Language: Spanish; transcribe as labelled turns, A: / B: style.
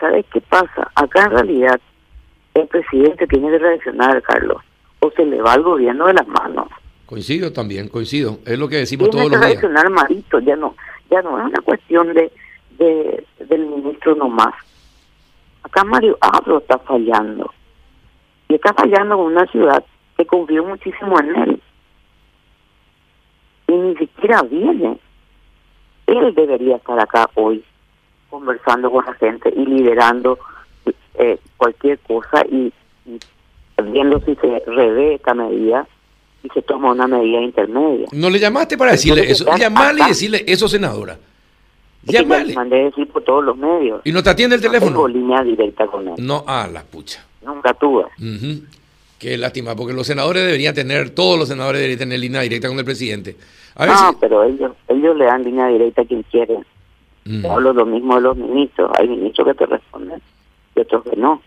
A: ¿sabes qué pasa? Acá en realidad el presidente tiene que reaccionar, Carlos, o se le va al gobierno de las manos.
B: Coincido también, coincido. Es lo que decimos
A: tiene
B: todos
A: que
B: los días.
A: reaccionar Marito, ya no, ya no es una cuestión de, de del ministro nomás. Acá Mario Abdo está fallando. Y está fallando con una ciudad que confió muchísimo en él. Y ni siquiera viene. Él debería estar acá hoy conversando con la gente y liderando eh, cualquier cosa y, y viendo si se revé esta medida y se toma una medida intermedia.
B: No le llamaste para decirle
A: Entonces,
B: eso.
A: estás
B: Llamale y
A: acá.
B: decirle eso, senadora.
A: Y que ya
B: Llamale.
A: le mandé decir por todos los medios.
B: Y no te atiende el
A: No tengo
B: teléfono.
A: línea directa con él.
B: No, a la pucha.
A: Nunca tuve.
B: Ujú. Qué lástima, porque los senadores deberían tener, todos los senadores deberían tener línea directa con el presidente. A ver
A: No,
B: si-
A: Ah, pero ellos ellos le dan línea directa a quien quieren.
B: Ujú.
A: Hablo lo mismo de los ministros. Hay ministros que te responden y otros que no.